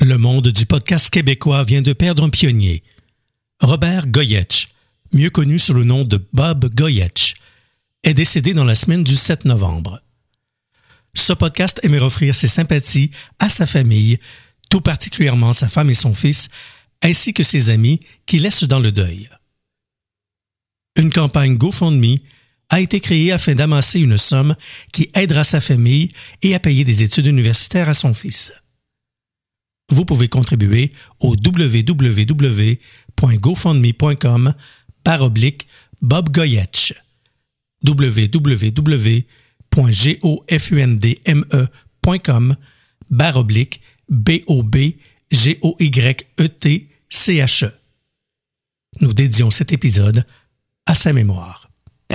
Le monde du podcast québécois vient de perdre un pionnier. Robert Goyetch, mieux connu sous le nom de Bob Goyetch, est décédé dans la semaine du 7 novembre. Ce podcast aimerait offrir ses sympathies à sa famille, tout particulièrement sa femme et son fils, ainsi que ses amis qui laissent dans le deuil. Une campagne GoFundMe a été créée afin d'amasser une somme qui aidera sa famille et à payer des études universitaires à son fils. Vous pouvez contribuer au www.gofundme.com par oblique Bob Goyetch. www.gofundme.com barre oblique E B-O-B-G-O-Y-E-T-C-H-E. E. Nous dédions cet épisode à sa mémoire. Eh,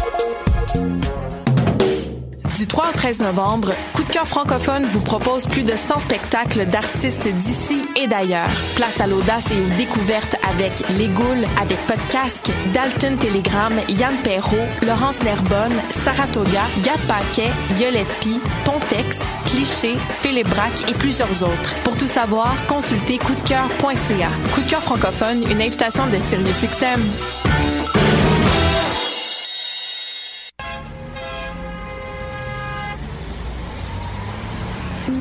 Du 3 au 13 novembre, Coup de cœur francophone vous propose plus de 100 spectacles d'artistes d'ici et d'ailleurs. Place à l'audace et aux découvertes avec Les Goules, avec Podcasque, Dalton Telegram, Yann Perrault, Laurence Nerbonne, Saratoga, Gab Paquet, Violette Pie, Pontex, Cliché, Philippe Braque et plusieurs autres. Pour tout savoir, consultez coupdecoeur.ca. Coup de cœur francophone, une invitation de SiriusXM.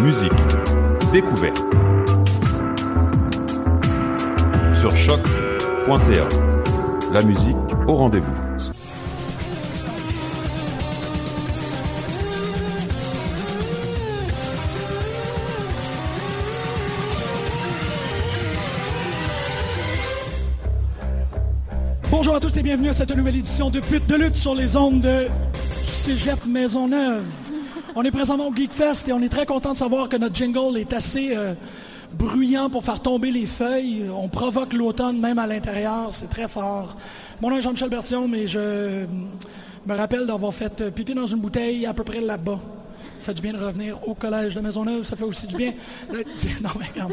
musique, découverte. Sur choc.ca. La musique au rendez-vous. Bonjour à tous et bienvenue à cette nouvelle édition de Pute de lutte sur les ondes de Cégep Maisonneuve. On est présentement au Geekfest et on est très content de savoir que notre jingle est assez euh, bruyant pour faire tomber les feuilles. On provoque l'automne même à l'intérieur, c'est très fort. Mon nom est Jean-Michel Bertillon, mais je euh, me rappelle d'avoir fait euh, pipi dans une bouteille à peu près là-bas. Ça fait du bien de revenir au collège de Maisonneuve, ça fait aussi du bien. d'être- Non, mais regarde.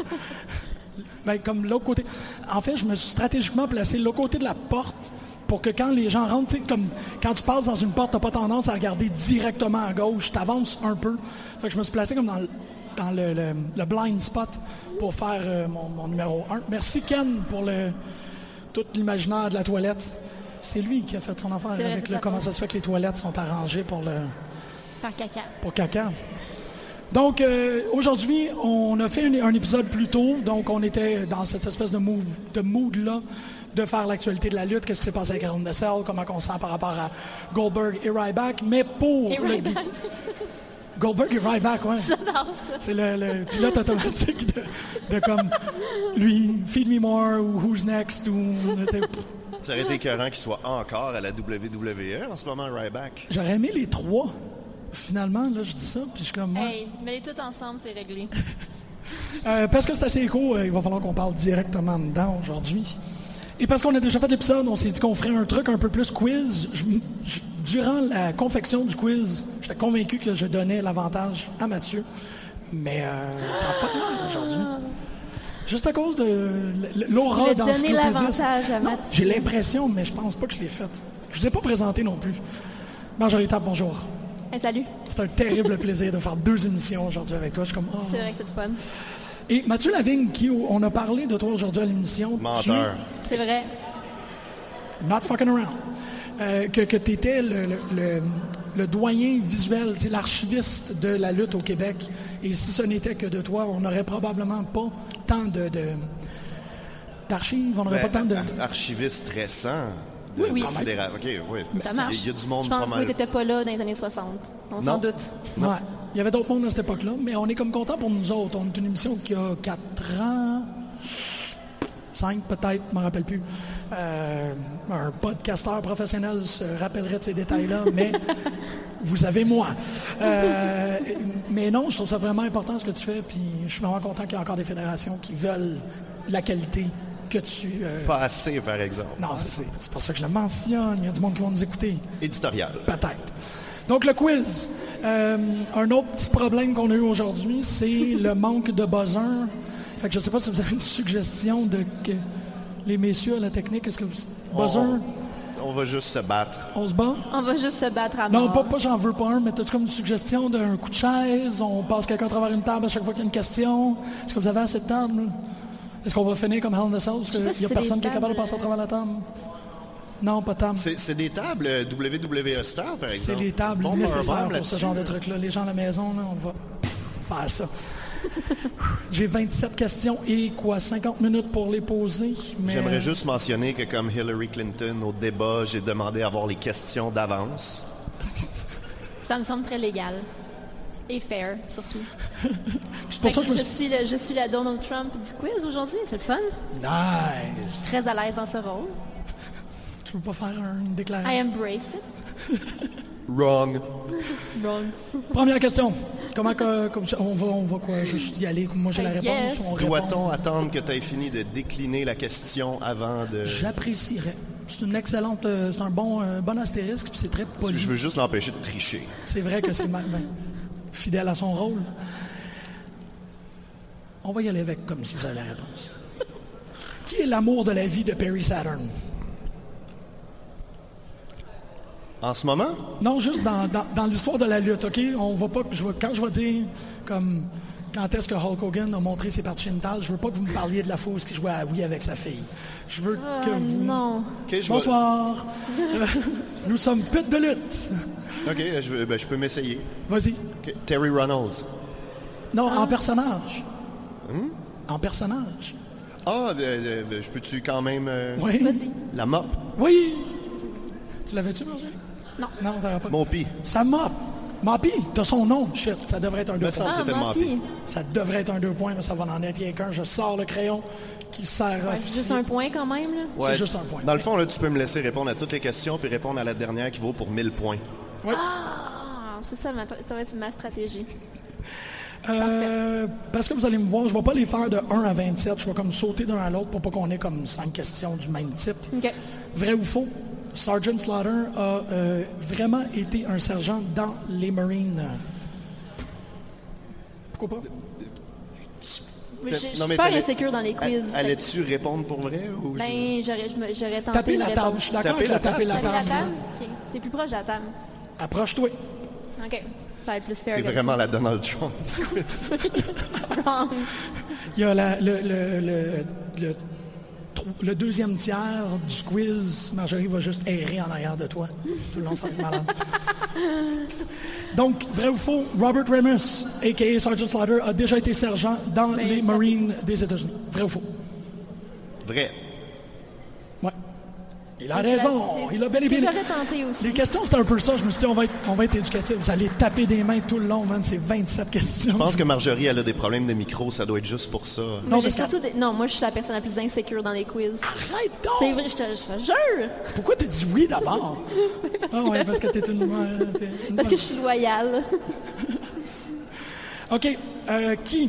Ben, comme l'autre côté. En fait, je me suis stratégiquement placé l'autre côté de la porte pour que quand les gens rentrent, tu sais, comme quand tu passes dans une porte, t'as pas tendance à regarder directement à gauche, t'avances un peu. Fait que je me suis placé comme dans le, dans le, le- le blind spot pour faire euh, mon, mon numéro 1. Merci Ken pour le, tout l'imaginaire de la toilette. C'est lui qui a fait son affaire C'est vrai, avec c'est le sa comment faute. ça se fait que les toilettes sont arrangées pour le Faire caca. pour caca. Donc, euh, aujourd'hui, on a fait un, un épisode plus tôt. Donc, on était dans cette espèce de, move, de mood-là de faire l'actualité de la lutte, qu'est-ce qui s'est passé avec Ronda Cell, comment on se sent par rapport à Goldberg et Ryback. Mais pour Et le Ryback. Geek- Goldberg et Ryback, ouais. C'est le, le pilote automatique de, de comme lui, Feed Me More ou Who's Next ou Ça aurait été écœurant qu'il soit encore à la WWE en ce moment, Ryback. J'aurais aimé les trois. Finalement, là, je dis ça, puis je suis comme. ouais. Hey, mais les tout ensemble, c'est réglé. Euh, parce que c'est assez écho, euh, il va falloir qu'on parle directement dedans aujourd'hui. Et parce qu'on a déjà fait l'épisode, on s'est dit qu'on ferait un truc un peu plus quiz. Je m- je- durant la confection du quiz, j'étais convaincu que je donnais l'avantage à Mathieu. Mais euh, ça n'a pas de l'air aujourd'hui. Juste à cause de l- Tu l'aura voulais dans donner l'avantage à Mathieu. J'ai l'impression, mais je pense pas que je l'ai faite. Je vous ai pas présenté non plus. Marjorie Tap, bonjour. Hey, Eh, salut. C'est un terrible plaisir de faire deux émissions aujourd'hui avec toi. Je suis comme. oh. C'est vrai que c'est le fun. Et Mathieu Lavigne, qui on a parlé de toi aujourd'hui à l'émission. tu- Menteur. C'est vrai. Not fucking around. Euh, que que tu étais le, le- le- le doyen visuel, tu sais, l'archiviste de la lutte au Québec. Et si ce n'était que de toi, on n'aurait probablement pas tant de. de- d'archives, on n'aurait Ben, pas tant de. ar- Archiviste récent de Oui, oui. la fédérale. OK, oui. Ça marche. Il y a du monde je pas pense que mal. t'étais pas là dans les années 60. On s'en Non. doute. Ouais. Il y avait d'autres mondes à cette époque-là, mais on est comme content pour nous autres. On est une émission qui a 4 ans, 5 peut-être, je m'en rappelle plus. Euh, un podcasteur professionnel se rappellerait de ces détails-là, mais vous avez moi. Euh, mais non, je trouve ça vraiment important ce que tu fais, puis je suis vraiment content qu'il y ait encore des fédérations qui veulent la qualité que tu... euh, Pas assez, par exemple. Non, Ah, c'est c'est pour ça que je le mentionne. Il y a du monde qui va nous écouter. Éditorial. Peut-être. Donc, le quiz. Euh, un autre petit problème qu'on a eu aujourd'hui, c'est le manque de buzzer. Fait que je ne sais pas si vous avez une suggestion de que les messieurs à la technique, est-ce que vous... Oh. Buzzer, On, on va juste se battre. on se bat? On va juste se battre à Non, mort. pas, pas j'en veux pas un, mais as-tu comme une suggestion d'un coup de chaise? On passe quelqu'un à travers une table à chaque fois qu'il y a une question? Est-ce que vous avez assez de table? Est-ce qu'on va finir comme Hell in the Cell? Est-ce sais qu'il pas si n'y a c'est personne des qui est capable de tables, euh, passer à travers la table? Non, pas de table. C'est c'est des tables euh, WWE E Star, par C'est exemple. les tables Bon, on va nécessaires en pour ce là-dessus. genre de truc-là. Les gens à la maison, là, on va faire ça. J'ai 27 questions et quoi, 50 minutes pour les poser. mais- J'aimerais juste mentionner que comme Hillary Clinton, au débat, j'ai demandé à avoir les questions d'avance. Ça me semble très légal. Et fair, surtout. C'est Fait pour ça que je je, me suis... suis le, je suis la Donald Trump du quiz aujourd'hui. C'est le fun. Je Nice! suis très à l'aise dans ce rôle. Tu veux pas faire une déclaration? I embrace it. Wrong. Wrong. Première question. Comment que- comme ça, on, va, on va quoi? Juste y aller. Moi, j'ai la I réponse. guess. On répond. Doit-on attendre que tu aies fini de décliner la question avant de... J'apprécierais. C'est une excellente... euh, C'est un bon, euh, bon astérisque, puis c'est très poli. Je veux juste l'empêcher de tricher. C'est vrai que c'est ma- ben, fidèle à son rôle. On va y aller avec comme si vous avez la réponse. Qui est l'amour de la vie de Perry Saturn? En ce moment, Non, juste dans, dans- dans l'histoire de la lutte, OK? On va pas, je vais- quand je vais dire comme quand est-ce que Hulk Hogan a montré ses parties génitales, je veux pas que vous me parliez de la fausse qui jouait à Oui avec sa fille. Je veux que vous. Ah, Non. Ok, je vais- Bonsoir! Euh, Nous sommes putes de lutte! Ok, je, veux- ben, je peux m'essayer. Vas-y. Ok, Terry Reynolds. Non, Ah. en personnage. En personnage. Ah, euh, euh, je peux-tu quand même... euh, Oui. Vas-y. La mop. Oui! Tu l'avais-tu mangé? Non. Non, t'aurais pas. Mon pi. Ça mop. Mapi, t'as son nom. Shit, ça devrait être un deux Me semble points. Ah, que c'était ma Moppy. fille. Ça devrait être un deux points, mais ça va en être rien qu'un. Je sors le crayon qui sert à... Ouais, c'est juste un point quand même. Là. Ouais. juste un point. Dans le fond, là, tu peux me laisser répondre à toutes les questions puis répondre à la dernière qui vaut pour 1000 points. Ah, c'est ça, ma, ça va être ma stratégie. Euh, parce que vous allez me voir, je vais pas les faire de 1 à 27. Je vais comme sauter d'un à l'autre pour pas qu'on ait comme 5 questions du même type. OK. Vrai ou faux, Sergeant Slaughter a euh, vraiment été un sergent dans les Marines. Pourquoi pas? Mais Je, je Non, suis mais super t'allais- insécure dans les quiz. A- Allais-tu répondre pour vrai ou je- Ben, j'aurais, je me- j'aurais tenté Taper une la table. Je réponse. suis d'accord Taper avec la la taper la table, Taper la table. table? OK. T'es plus proche de la table. Approche-toi. OK. Ça va être plus fair T'es comme vraiment ça. la Donald Trump. Wrong. Il y a la- le, le- le- le- le deuxième tiers du quiz. Marjorie va juste errer en arrière de toi. Tout le long, ça va être malade. Donc, vrai ou faux, Robert Remus, a.k.a. Sergeant Slaughter, a déjà été sergent dans Ben, les Marines des États-Unis. Vrai ou faux? vrai. Ouais. Il a C'est raison. ça, Eh ben, c'est- Eh, Il a bel et c'est bien... que J'aurais tenté aussi. Les questions, c'était un peu ça. Je me suis dit, on va être, on va être éducatif. Vous allez taper des mains tout le long, man. C'est 27 questions. Je pense que Marjorie, elle a des problèmes de micro, ça doit être juste pour ça. Mais Non, j'ai mais ça- surtout des- non, moi, je suis la personne la plus insécure dans les quiz. Arrête donc! C'est vrai, je te, je te jure! Pourquoi t'as dit oui d'abord? Ah ouais, parce que t'es une... ouais, t'es une Parce que je suis loyale. OK. euh, qui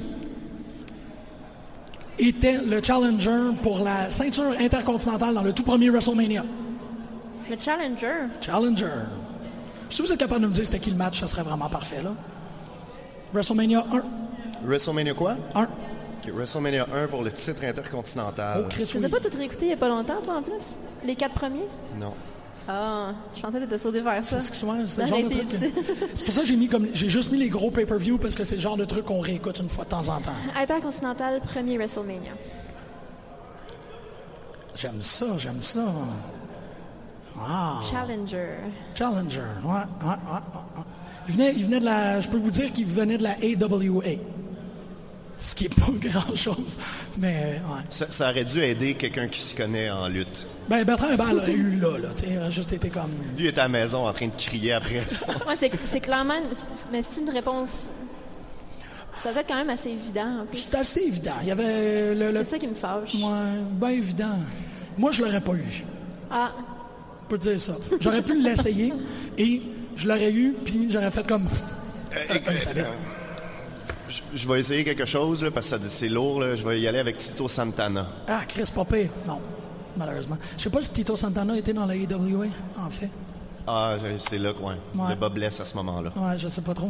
était le challenger pour la ceinture intercontinentale dans le tout premier WrestleMania? Le challenger, Challenger. Si vous êtes capable de me dire c'était qui le match, ça serait vraiment parfait, là. WrestleMania Euh, WrestleMania quoi? 1. 1. Ok, WrestleMania 1 pour le titre Oh, intercontinental. Tu les as pas toutes réécoutées il y a pas longtemps, toi, en plus? Les quatre premiers? Non. Ah, je pensais que t'étais supposé faire ça. C'est le genre de truc que- c'est pour ça que j'ai mis comme j'ai juste mis les gros pay-per-view parce que c'est le genre de truc qu'on réécoute une fois de temps en temps. Intercontinental, premier WrestleMania. J'aime ça, j'aime ça. Ah. Challenger. Challenger, ouais, ouais, ouais, ouais, ouais. Il venait, il venait de la. Je peux vous dire qu'il venait de la AWA. Ce qui est pas grand chose. Mais euh, ouais. Ça, ça aurait dû aider quelqu'un qui s'y connaît en lutte. Ben Bertrand Hébert l'aurait eu là, là. tu sais, Il aurait juste été comme. Lui est à la maison en train de crier après. Ouais, c'est c'est clairement. une- Mais c'est une réponse. Ça doit être quand même assez évident, en plus. C'est assez évident. Il y avait le. C'est ça qui me fâche. Ouais, ben évident. Moi, je l'aurais pas eu. Ah, Je peux te dire ça. J'aurais pu l'essayer et je l'aurais eu, puis j'aurais fait comme. Euh, Je, je vais essayer quelque chose là, parce que ça- c'est lourd. là. Je vais y aller avec Tito Santana. Ah, Chris Popé. Non, malheureusement. Je sais pas si Tito Santana était dans la AWA, en fait. Ah, je- c'est là quoi. Ouais. Le Bob blesse à ce moment-là. Ouais, je sais pas trop.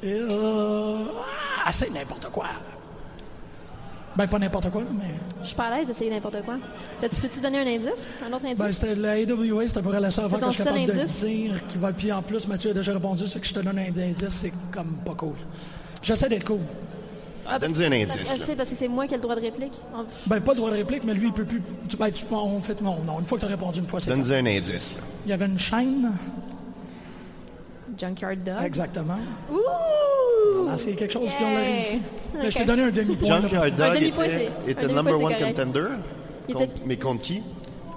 Et, euh, Ah, c'est n'importe quoi. Ben, pas n'importe quoi, là, mais. je suis pas à l'aise d'essayer n'importe quoi. Là, tu peux-tu donner un indice? Un autre indice? Ben, c'était la AWA, c'était pour la seule C'est affaire ton que je suis seul capable de indice? dire. Qui va... Puis en plus, Mathieu a déjà répondu, ce que je te donne un indice, c'est comme pas cool. J'essaie d'être cool. Ah, Donne-y un Parce- indice. euh, c'est parce que c'est moi qui ai le droit de réplique. On- Ben, pas de droit de réplique, mais lui, il peut plus. tu- Ben, tu... on fait non, non. Une fois que t'as répondu, une fois, c'est. Donne-y fait. un indice. là. Il y avait une chaîne, Junkyard Dog. exactement. Ouh! Ah, c'est quelque chose qu'on l'a Hey! réussi. Mais je Ok. t'ai donné un demi-point. là, parce Junkyard que- Dog demi-point, était, c'est- était un demi-point, number c'est one correct. contender. Il Contre- était- Mais contre qui?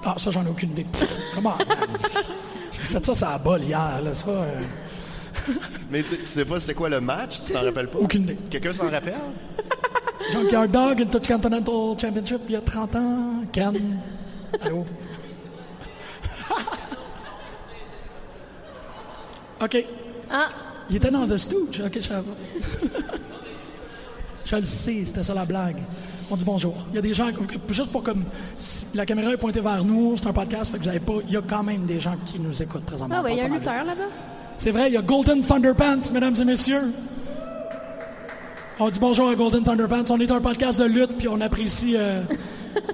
Ah, ça, j'en ai aucune idée. Comment? J'ai fait ça, ça a bol hier, là. Ça, euh, Mais tu tu sais pas c'était quoi le match? Tu t'en rappelles pas? Aucune idée. Quelqu'un s'en rappelle? Junkyard Dog, Intercontinental Championship, il y a 30 ans. Ken. Allô? OK. Ah, Il était dans The Stooge. OK, je savais pas. Je le sais, c'était ça la blague. On dit bonjour. Il y a des gens, juste pour comme. si La caméra est pointée vers nous, c'est un podcast, fait que vous avez pas. Il y a quand même des gens qui nous écoutent présentement. ah ouais, il y a Pas un mal. lutteur là-bas. C'est vrai, il y a Golden Thunderpants, mesdames et messieurs. On dit bonjour à Golden Thunderpants. On est un podcast de lutte, puis on apprécie euh,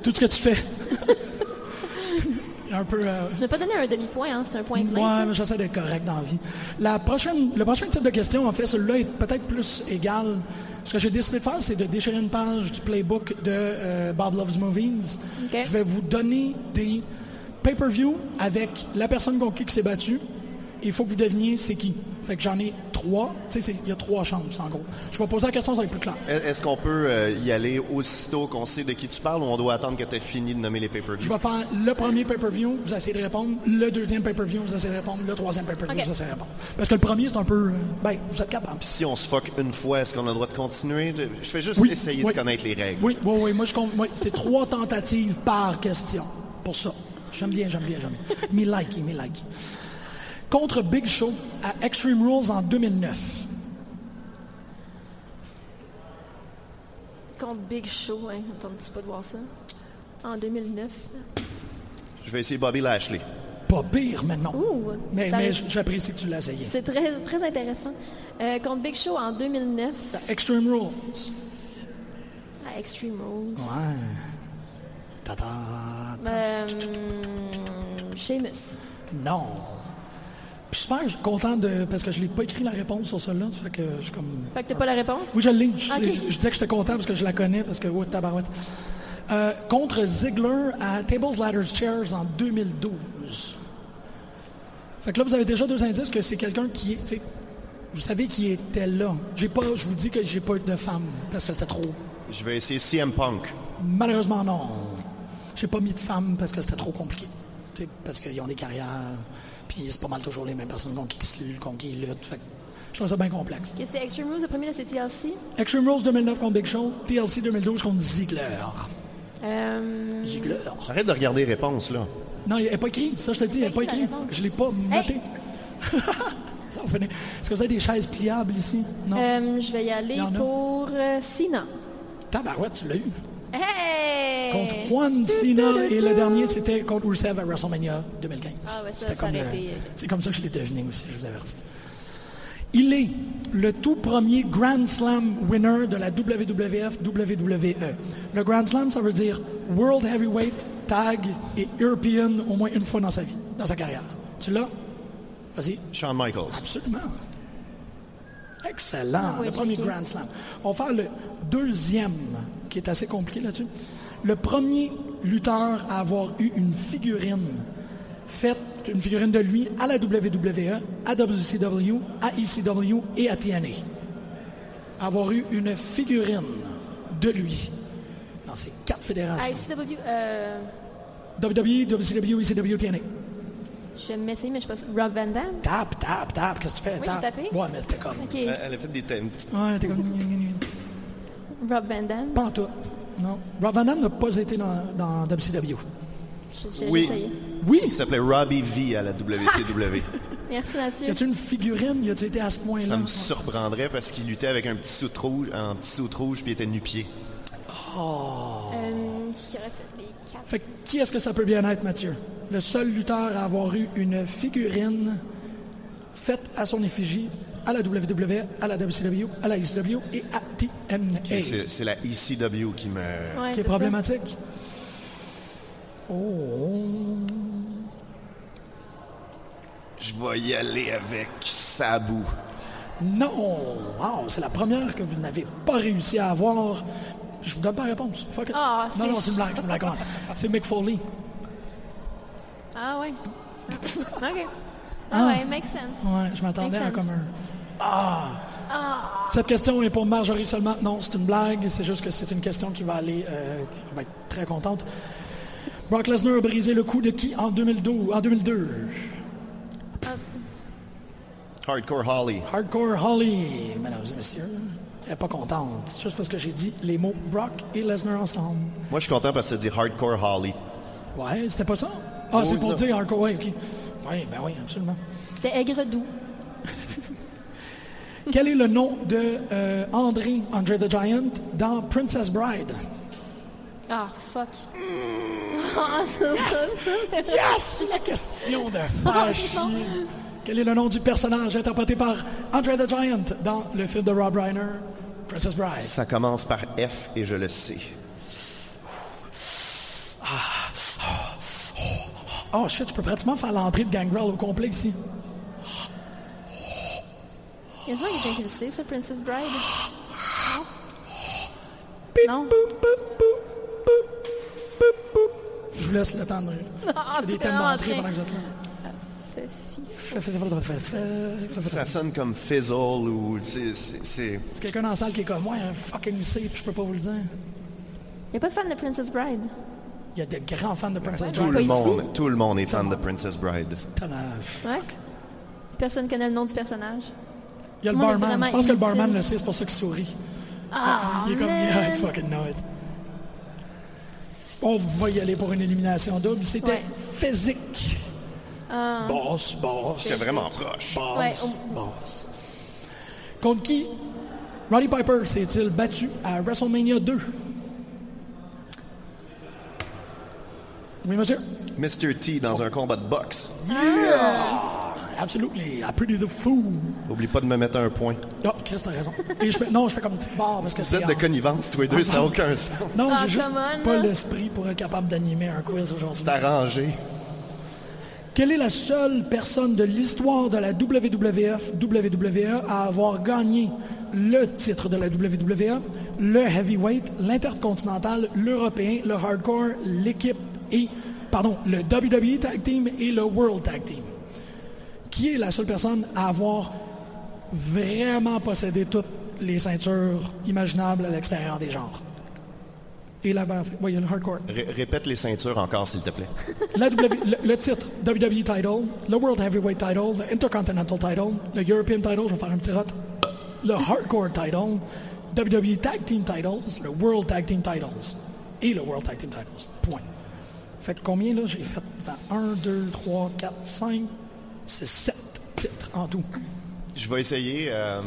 tout ce que tu fais. un peu. euh, Tu m'as pas donné un demi-point, hein? C'est un point Ouais, plein. mais ça. j'essaie d'être correct dans la vie. La prochaine, le prochain type de question, en fait, celui-là est peut-être plus égal. Ce que j'ai décidé de faire, c'est de déchirer une page du playbook de euh, Bob Loves Movies. Ok. Je vais vous donner des pay-per-view avec la personne contre qui il s'est battu. Il faut que vous deviniez c'est qui. Fait que j'en ai trois. Tu sais, c'est- il y a trois chances, en gros. Je vais poser la question, ça va être plus clair. Est- Est-ce qu'on peut euh, y aller aussitôt qu'on sait de qui tu parles ou on doit attendre que tu aies fini de nommer les Je pay-per-views? vais faire le premier pay-per-view, vous essayez de répondre. Le deuxième pay-per-view, vous essayez de répondre. Le troisième pay-per-view, Ok. vous essayez de répondre. Parce que le premier, c'est un peu... euh, Ben, vous êtes capable. Si on se fuck une fois, est-ce qu'on a le droit de continuer? Je je fais juste Oui, essayer oui. de connaître les règles. Oui, oui, oui. Moi, je compte. oui, c'est trois tentatives par question. Pour ça. J'aime bien, j'aime bien, j'aime bien. Me likey, me likey. Contre Big Show à Extreme Rules en 2009. Contre Big Show, hein? Attends-tu pas de voir ça? En 2009. Je vais essayer Bobby Lashley. Pas pire, mais non. Ouh! mais Ça mais arrive. j'apprécie que tu l'as essayé. C'est très, très intéressant. Euh, contre Big Show en 2009 Extreme Rules. à Ah, Extreme Rules. Ouais. Tata. Euh, Sheamus. Non. Puis J'espère que je suis content de. Parce que je l'ai pas écrit la réponse sur celle-là. Ça fait que je suis comme. Fait que t'as pas la réponse? Oui, je l'ai. Je, Ok. je- je disais que j'étais content parce que je la connais, parce que, ouais, tabarouette. Euh, contre Ziggler à Tables, Ladders, Chairs en 2012. Fait que là, vous avez déjà deux indices que c'est quelqu'un qui est. tu sais, Vous savez qui était là. J'ai pas, je vous dis que j'ai pas eu de femme parce que c'était trop. Je vais essayer CM Punk. Malheureusement, non. J'ai pas mis de femme parce que c'était trop compliqué. Tu sais, parce qu'ils ont des carrières, puis c'est pas mal toujours les mêmes personnes contre qui, se luttent, contre qui ils luttent. Fait que je trouve ça bien complexe. Ok, C'était Extreme Rules, le premier, là, c'est TLC. Extreme Rules 2009 contre Big Show, TLC 2012 contre Ziggler. Euh, Ziggler. Arrête de regarder les réponses, là. Non, elle n'est pas écrite, ça je te dis, elle n'est pas Écris la écrite. réponse. Je l'ai pas notée. ça va finir. Est-ce que vous avez des chaises pliables ici? Non. euh, je vais y aller Il y en a. pour euh, Cena. Tabarouette, tu l'as eu. Hey! Contre Juan Cena et le dernier, c'était contre Rusev à WrestleMania 2015. Ah ouais, ça, C'était ça aurait euh, été- C'est comme ça que je l'ai deviné aussi, je vous avertis. Il est le tout premier Grand Slam winner de la WWF WWE. E. Le Grand Slam, ça veut dire World Heavyweight, Tag et European au moins une fois dans sa vie, dans sa carrière. Tu l'as? Vas-y. Shawn Michaels. Absolument. Excellent. le premier Grand Slam. On va faire le deuxième, qui est assez compliqué là-dessus. Le premier lutteur à avoir eu une figurine faite, une figurine de lui à la WWE, à WCW, à ECW et à TNA. Avoir eu une figurine de lui dans ces quatre À fédérations. E, ICW, euh, WWE, WCW, ECW, TNA. je vais m'essayer, mais je pense. Rob Van Damme? Tape, tape, tape, qu'est-ce que tu fais? Oui, Tape. j'ai tapé. Ouais, mais c'était comme. Ok. Elle, elle a fait des thèmes. Ouais, t'es comme. Rob Van Damme? Pas en tout. Non. Rob Van Damme n'a pas été dans, dans WCW. Je- je- Oui. j'essayais. Oui. Il s'appelait Robbie V à la WCW. Merci Mathieu. Y a-tu une figurine? Y a-tu été à ce point-là? Ça me surprendrait parce qu'il luttait avec un petit soute rouge, un petit soute rouge puis il était nu-pied. Euh, qui aurait fait les quatre? Fait que qui est-ce que ça peut bien être, Mathieu? Le seul lutteur à avoir eu une figurine faite à son effigie à la WWE, à la WCW, à la ICW et à TNA. Et C'est c'est la ECW qui me. Ouais, qui c'est est ça. problématique. Oh. Je vais y aller avec Sabu. Non! Wow, c'est la première que vous n'avez pas réussi à avoir. Je vous donne pas la réponse. Fuck it. Ah, non, c'est non, c'est une blague, c'est une blague. C'est Mick Foley. Ah ouais. ok. Ah ouais, make sense. Ouais, je m'attendais à Make sense. comme un... Ah! Cette question est pour Marjorie seulement. Non, c'est une blague. C'est juste que c'est une question qui va aller... euh, elle va être très contente. Brock Lesnar a brisé le cou de qui en 2012? En 2002? Hardcore Holly. Hardcore Holly, mesdames et messieurs. Elle n'est pas contente. Juste parce que j'ai dit les mots Brock et Lesnar ensemble. Moi, je suis content parce que ça dit Hardcore Holly. Ouais, c'était pas ça? Ah, Oui, c'est pour non. dire hardcore. Ouais, ok. Oui, ben oui, absolument. C'était aigre doux. Quel est le nom de euh, André, André the Giant, dans Princess Bride? Ah fuck. Ah ça, ça, ça. Yes! La question de Ah, fâche. Quel est le nom du personnage interprété par André the Giant dans le film de Rob Reiner, Princess Bride? Ça commence par F et je le sais. Oh shit, je peux pratiquement faire l'entrée de Gangrel au complet ici. Y a souvent quelqu'un qui le sait, ça, Princess Bride? Non? Non? Je vous laisse le temps de. Ah, Je fais des c'est thèmes vraiment d'entrée bien. pendant que vous êtes Ça là. sonne comme Fizzle ou. c'est- c'est- C'est. C'est quelqu'un dans la salle qui est comme moi, un fucking sais, puis je peux pas vous le dire. Y a pas de fan de Princess Bride? Il y a de grands fans de Princess Tout Bride. le ici. monde, tout le monde est fan de Princess Bride. Tonnage. Ouais. Personne connaît le nom du personnage. Il y a le Tout le monde est barman. Je vraiment pense que le barman inutile. le sait, c'est pour ça qu'il sourit. Ah, Il est comme, man. yeah, I fucking know it. On va y aller pour une élimination double. C'était Ouais. Ah. physique. Boss, boss. J'étais vraiment proche. Boss, Ouais, boss. Contre qui Roddy Piper s'est-il battu à WrestleMania 2 Oui, monsieur. Mr. T dans un combat de boxe. Absolutely. I pretty the fool. Oublie pas de me mettre un point. Oh, Chris, t'as raison. Et je fais- non, je fais comme une petite barre parce que Vous c'est. êtes de en- connivence, tous les deux, ça n'a aucun sens. Non, Ah, j'ai juste come on, pas là. l'esprit pour être capable d'animer un quiz aujourd'hui. C'est arrangé. Quelle est la seule personne de l'histoire de la WWF, WWE E à avoir gagné le titre de la WWE, le heavyweight, l'intercontinental, l'européen, le hardcore, l'équipe et, pardon, le WWE Tag Team et le World Tag Team? Qui est la seule personne à avoir vraiment possédé toutes les ceintures imaginables à l'extérieur des genres? Et là-bas, oui, il y a le hardcore. Ré- répète les ceintures encore, s'il te plaît. La W- le, le titre WWE Title, le World Heavyweight Title, le Intercontinental Title, le European Title, je vais faire un petit rot, le Hardcore Title, WWE Tag Team Titles, le World Tag Team Titles et le World Tag Team Titles. Point. Fait que combien là j'ai fait dans 1, 2, 3, 4, 5, 6, 7 titres en tout. Je vais essayer. euh,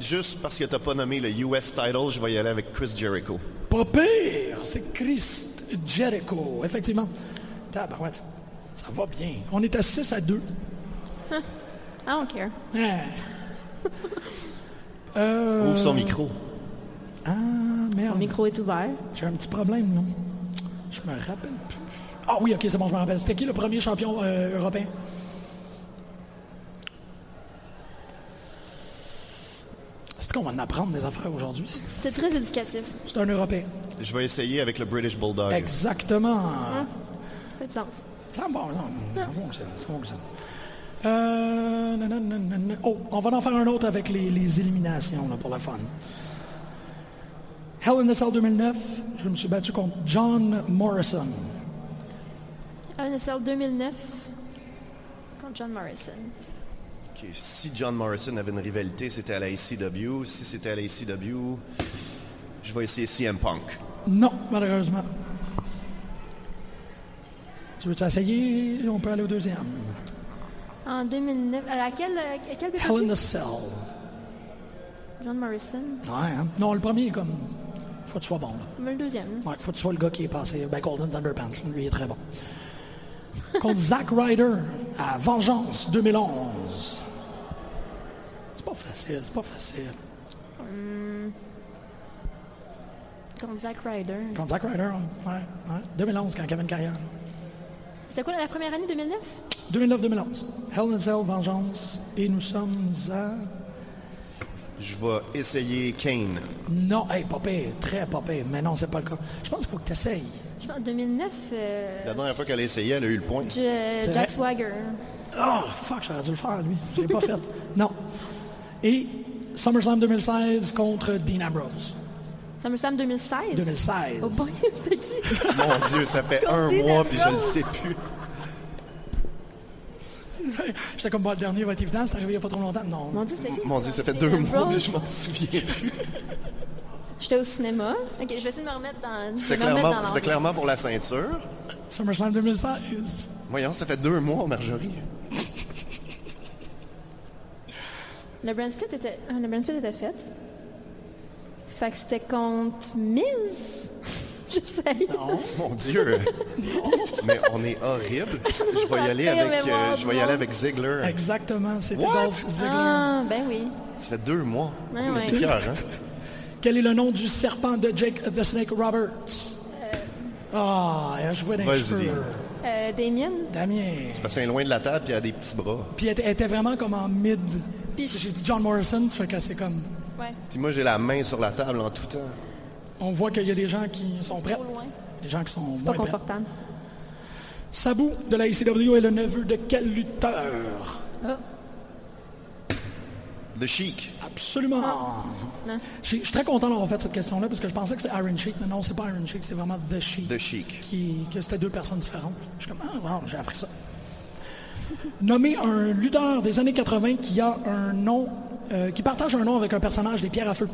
juste parce que t'as pas nommé le US title, je vais y aller avec Chris Jericho. Pas pire, c'est Chris Jericho, effectivement. Tabarouette, ça va bien. On est à 6 à 2. I don't care. Ah. Euh, Ouvre son micro. Ah, merde. Le micro est ouvert. J'ai un petit problème, non? Je me rappelle plus. Ah oui, ok, c'est bon, je me rappelle. C'était qui le premier champion euh, européen? C'est qu'on va en apprendre des affaires aujourd'hui. c'est- C'est très éducatif. C'est un Européen. Je vais essayer avec le British Bulldog. Exactement. Fait de sens. Ça, bon, non, ça fonctionne, ça fonctionne. Euh, nan, nan, nan, nan, nan. Oh, on va en faire un autre avec les, les éliminations là, pour la fun. Hell in the Cell 2009, je me suis battu contre John Morrison. NSL 2009 contre John Morrison. Ok, Si John Morrison avait une rivalité, c'était à la ACW. Si c'était à la ACW, je vais essayer CM Punk. Non, malheureusement. Tu veux-tu essayer? On peut aller au deuxième. En 2009, euh, à laquelle, à quel Hell in pay-per-view? the Cell. John Morrison. Ouais, hein? Non, le premier, comme. Faut que tu sois bon, là. Mais le deuxième. Ouais, faut que tu sois le gars qui est passé. Ben, Golden Thunderpants, lui, il est très bon. Contre Zack Ryder à Vengeance 2011. C'est pas facile, c'est pas facile. Hum. Contre Zack Ryder. Contre Zack Ryder, ouais, ouais. 2011, quand il avait une carrière. C'était quoi la première année 2009? 2009-2011. Hell in a Cell, Vengeance. Et nous sommes à. Je vais essayer Kane. Non, hey, pas pire, très pas pire. Mais non, c'est pas le cas. Je pense qu'il faut que tu essayes. Je pense en 2009, euh, La dernière fois qu'elle a essayé, elle a eu le point. J- Jack Swagger. Oh, fuck, j'aurais dû le faire, lui. Je l'ai pas fait. Non. Et SummerSlam 2016 contre Dean Ambrose. SummerSlam 2016. 2016. Oh boy, c'était qui? Mon Dieu, ça fait un Dean mois puis je le Ambrose. sais plus. J'étais comme, bah, le dernier va être évident, c'est arrivé il n'y a pas trop longtemps. Non. Mon Dieu, c'était qui? Mon Dieu, ça fait Dean deux mois Ambrose. puis je m'en souviens plus. J'étais au cinéma. Ok, je vais essayer de me remettre dans. C'était de me remettre dans clairement, c'était l'ambiance. clairement pour la ceinture. SummerSlam 2016. Voyons, ça fait deux mois, Marjorie. Le brand split était, ah, le brand split était fait. Fait que c'était contre Miz. J'essaye. Non. Mon Dieu. Mais on est horrible. Je vais y aller La pire avec, mémoire euh, du je vais y aller monde. avec Ziggler. Exactement, c'était What? Dolph Ziggler. Ah, ben oui. Ça fait deux mois. Ouais, ouais. C'est écœurant. Quel est le nom du serpent de Jake the Snake Roberts? Ah, il a joué dans les Vas-y. cheveux. Euh, Damien. Damien. C'est parce qu'elle est loin de la table puis elle a des petits bras. Puis elle était- elle était vraiment comme en mid. Puis- J'ai dit John Morrison, ça fait que c'est comme. Ouais. Puis moi, j'ai la main sur la table en tout temps. On voit qu'il y a des gens qui sont prêts. Trop loin. Des gens qui sont C'est moins pas prêts. confortable. Sabu de la ICW est le neveu de quel lutteur? Ah, The Chic. Absolument. Hein? non. J'ai- Je suis très content d'avoir fait cette question-là parce que je pensais que c'était Iron Sheik, mais non, c'est pas Iron Sheik, c'est vraiment The Sheik. The Chic. qui- que c'était deux personnes différentes. Je suis comme, ah, wow, j'ai appris ça. Nommer un lutteur des années 80 qui a un nom, euh, qui partage un nom avec un personnage des pierres à feu.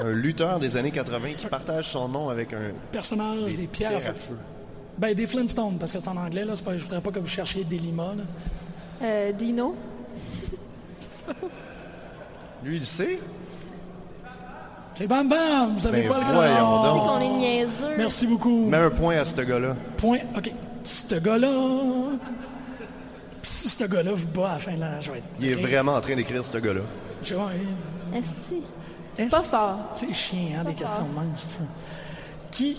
Un lutteur des années 80 qui partage son nom avec un Personnage des, pierres, à feu. Ben, des Flintstones, parce que c'est en anglais, là. c'est Pas, je voudrais pas que vous cherchiez des limas, là. Euh, Dino. Lui, il le sait. C'est bam bam, vous avez Ben, pas le voyons nom. donc. On est niaiseux. Oh Merci beaucoup. Mets un point à ce gars-là. Point. OK. Ce gars-là. Pis Si ce gars-là vous bat à la fin de la journée. Il est vraiment en train d'écrire ce gars-là. Merci. hein. Est-ce- Pas fort. C'est chiant, hein, des questions de même, c'est ça. Qui,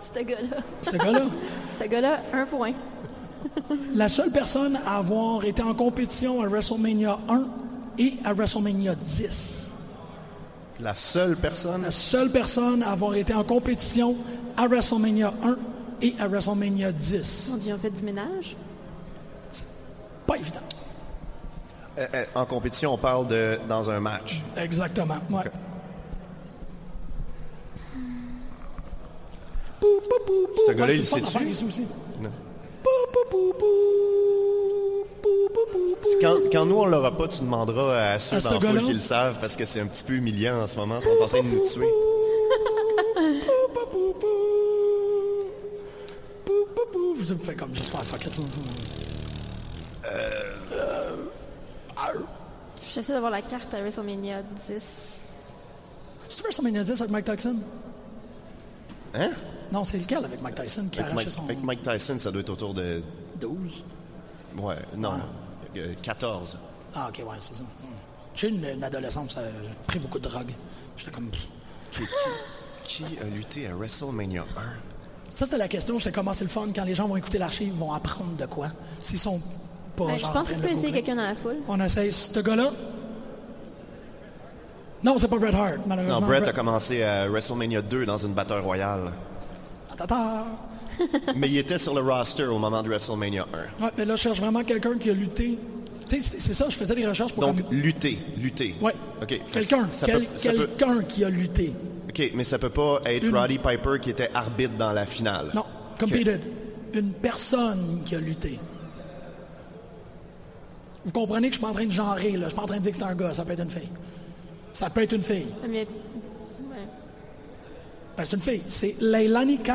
Ce gars-là. ce gars-là, Ce gars-là, un point. la seule personne à avoir été en compétition à WrestleMania 1 et à WrestleMania 10. La seule personne. La seule personne à avoir été en compétition à WrestleMania 1 et à WrestleMania 10. Mon Dieu, on fait du ménage. Pas évident. Euh, euh, en compétition, on parle de dans un match. Exactement, ouais. Ok. Pou, pou, pou, pou. Ce gars-là, Ouais, il c'est le fun sait-tu? d'en faire, aussi. Non. Pou, pou, pou, pou. Pou, pou, pou, pou. Quand, quand nous, on l'aura pas, tu demanderas à À ceux ce dans la gars-là? foule qui le savent parce que c'est un petit peu humiliant en ce moment. Ils sont en train de nous tuer. Pou, pou, pou, pou. Pou, pou, pou. Vous me faites comme juste faire fuck it. là. J'essaie d'avoir la carte à WrestleMania 10. C'est WrestleMania 10 avec Mike Tyson? Hein? Non, c'est lequel avec Mike Tyson qui a Avec Mike, arraché son avec Mike Tyson, ça doit être autour de 12? Ouais, non. Euh, 14. Ah, ok, ouais, c'est ça. Mm. J'ai eu une, une adolescence, euh, j'ai pris beaucoup de drogue. J'étais comme. Qui, qui, qui a lutté à WrestleMania 1? Ça, c'était la question. J'étais comment c'est le fun quand les gens vont écouter l'archive, ils vont apprendre de quoi. S'ils sont pas. Euh, je genre, en pense que tu train de peux essayer googler. quelqu'un dans la foule. On essaye ce gars-là. Non, c'est pas Bret Hart, malheureusement. Non, Brett a commencé à WrestleMania 2 dans une batteur royale. Tata! Mais il était sur le roster au moment de WrestleMania 1. Ouais, mais là, je cherche vraiment quelqu'un qui a lutté. Tu sais, c'est- c'est ça, je faisais des recherches pour. Donc, comme- lutter, lutter. Ouais. OK. Quelqu'un, Ça quel- peut- ça peut- quelqu'un qui a lutté. OK, mais ça peut pas être Une- Roddy Piper qui était arbitre dans la finale. Non, competed. Une personne qui a lutté. Vous comprenez que je suis pas en train de genrer, là. Je suis pas en train de dire que c'est un gars, ça peut être une fille. Ça peut être une fille. Ah, Mais. Ben, c'est une fille. C'est Leilani Kai.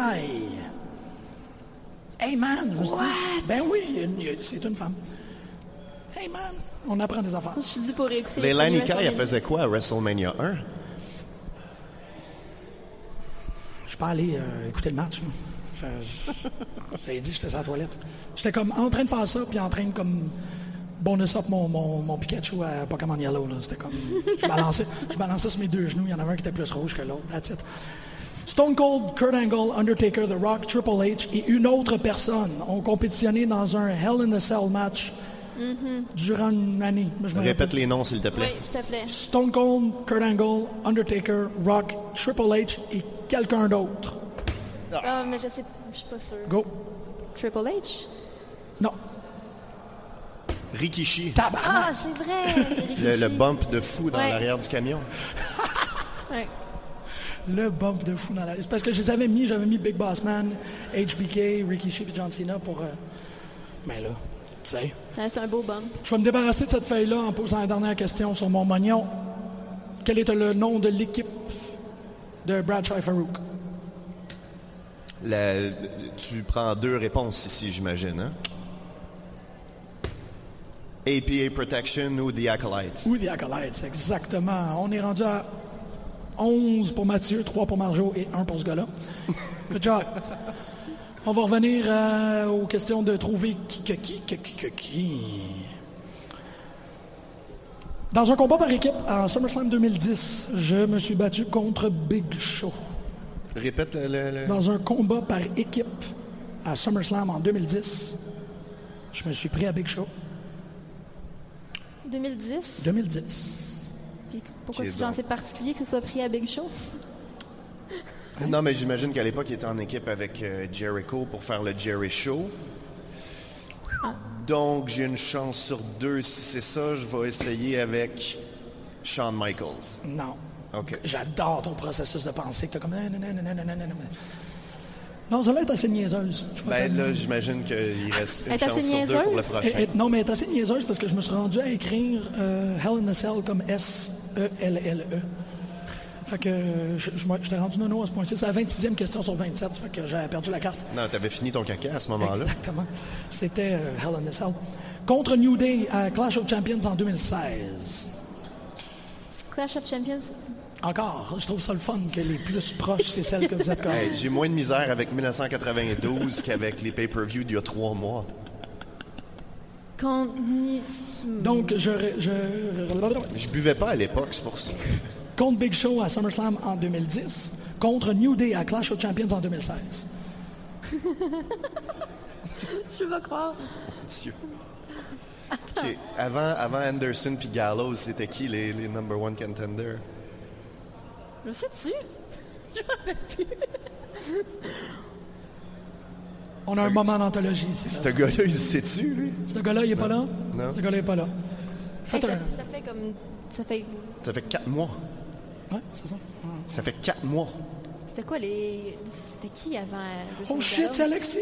Hey man! vous dites- ben oui, il y a une- il y a- c'est une femme. Hey man! On apprend des affaires. Je suis dit pour réécouter. Les premiers Lenny Kai, elle WrestleMania. faisait quoi à WrestleMania 1? Je suis pas allé euh, écouter le match. moi. Je- je- J'avais dit, j'étais sur la toilette. J'étais comme en train de faire ça, puis en train de comme bonus up mon, mon, mon Pikachu à Pokémon Yellow. là. C'était comme. Je balançais, je balançais sur mes deux genoux. Il y en avait un qui était plus rouge que l'autre. That's it. Stone Cold, Kurt Angle, Undertaker, The Rock, Triple H et une autre personne ont compétitionné dans un Hell in a Cell match Mhm. durant une année. Mais je me rappelle- Répète les noms, s'il te Oui, plaît. s'il te plaît. Stone Cold, Kurt Angle, Undertaker, Rock, Triple H et quelqu'un d'autre. Ah, mais je sais. Je suis pas sûre. Go. Triple H? Non. Rikishi. Ah, c'est vrai! C'est Le, le Rikishi. bump de fou dans Ouais. l'arrière du camion. Ouais. Le bump de fou dans la liste. Parce que je les avais mis, j'avais mis Big Boss Man, HBK, Rikishi et John Cena pour. euh, Mais là, tu sais. Ah, C'est un beau bump. Je vais me débarrasser de cette feuille-là en posant la dernière question sur mon mignon. Quel est le nom de l'équipe de Brad Farouk? La- tu prends deux réponses ici, j'imagine. Hein? APA Protection ou The Acolytes. Ou The Acolytes, exactement. On est rendu à 11 pour Mathieu, 3 pour Marjo et 1 pour ce gars-là. Good job. On va revenir euh, aux questions de trouver qui, que qui, que qui, que qui. Dans un combat par équipe en SummerSlam 2010, je me suis battu contre Big Show. Répète le... le- le- Dans un combat par équipe à SummerSlam en 2010, je me suis pris à Big Show. 2010. 2010. Puis pourquoi Ok, c'est genre donc. c'est particulier que ce soit pris à Big Show? Non, mais j'imagine qu'à l'époque, il était en équipe avec euh, Jericho pour faire le Jerry Show. Ah. Donc, j'ai une chance sur deux. Si c'est ça, je vais essayer avec Shawn Michaels. Non. OK. J'adore ton processus de pensée. que T'as comme... nan, nan, nan, nan, nan, nan, nan. Non, celle-là est assez niaiseuse. Je vais Ben te- là, j'imagine qu'il reste une Elle est chance assez sur deux pour le prochain. Et- et- Eh, non, mais elle est assez niaiseuse parce que je me suis rendu à écrire euh, Hell in a Cell comme S-E-L-L-E. Fait que euh, je, je, moi, j'étais rendu nono à ce point-ci. C'est la 26e question sur 27. Fait que j'avais perdu la carte. Non, t'avais fini ton caca à ce moment-là. Exactement. C'était euh, Hell in a Cell. Contre New Day à Clash of Champions en 2016. Clash of Champions. Encore, je trouve ça le fun que les plus proches, c'est celles que vous êtes comme. Hey, j'ai moins de misère avec 1992 qu'avec les pay-per-views d'il y a trois mois. Contenu. Donc, je, ré- je Je buvais pas à l'époque, c'est pour ça. contre Big Show à SummerSlam en 2010, contre New Day à Clash of Champions en 2016. Je veux pas croire. Monsieur. Ok, Avant, avant Anderson puis Gallows, c'était qui les, les number one contenders? Je sais dessus. Je m'en rappelle plus. On a un moment d'anthologie ici. Ce gars-là, il le sait-tu, lui? Ce gars-là, il est pas là? Non. Ce gars-là, il est pas là. Faites Hey, un... ça, ça fait comme. Ça fait. Ça fait quatre mois. Ouais, c'est ça. Ça fait quatre mois. C'était quoi les. C'était qui avant. euh, Oh Russell shit, Dallas? c'est Alexis!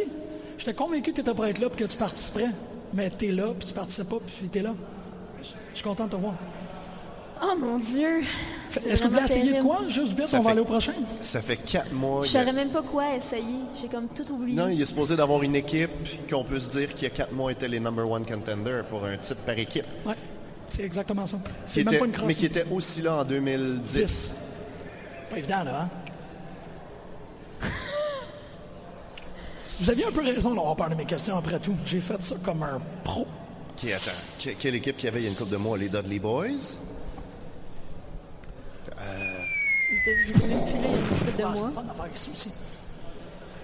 J'étais convaincu que t'étais pour être là puis que tu participerais. Mais t'es là, puis tu participes pas, puis t'es là. Je suis content de te voir. Oh mon dieu! Fait- C'est Est-ce que vous voulez vraiment essayer de terrible. quoi? Juste vite, Ça on va fait- aller au prochain. Ça fait quatre mois. Je il y a- saurais même pas quoi essayer. J'ai comme tout oublié. Non, il est supposé d'avoir une équipe qu'on peut se dire qu'il y a quatre mois était les number one contenders pour un titre par équipe. Ouais, c'est exactement ça. Qui C'est même était- pas une crosse. mais qui était aussi là en 2010. Dix. Pas évident, là, hein? Vous aviez un peu raison d'avoir peur de mes questions après tout. J'ai fait ça comme un pro. Qui attend? Que- quelle équipe qu'il y avait il y a une couple de mois? Les Dudley Boys? Euh, J'ai manipulé un peu de moi.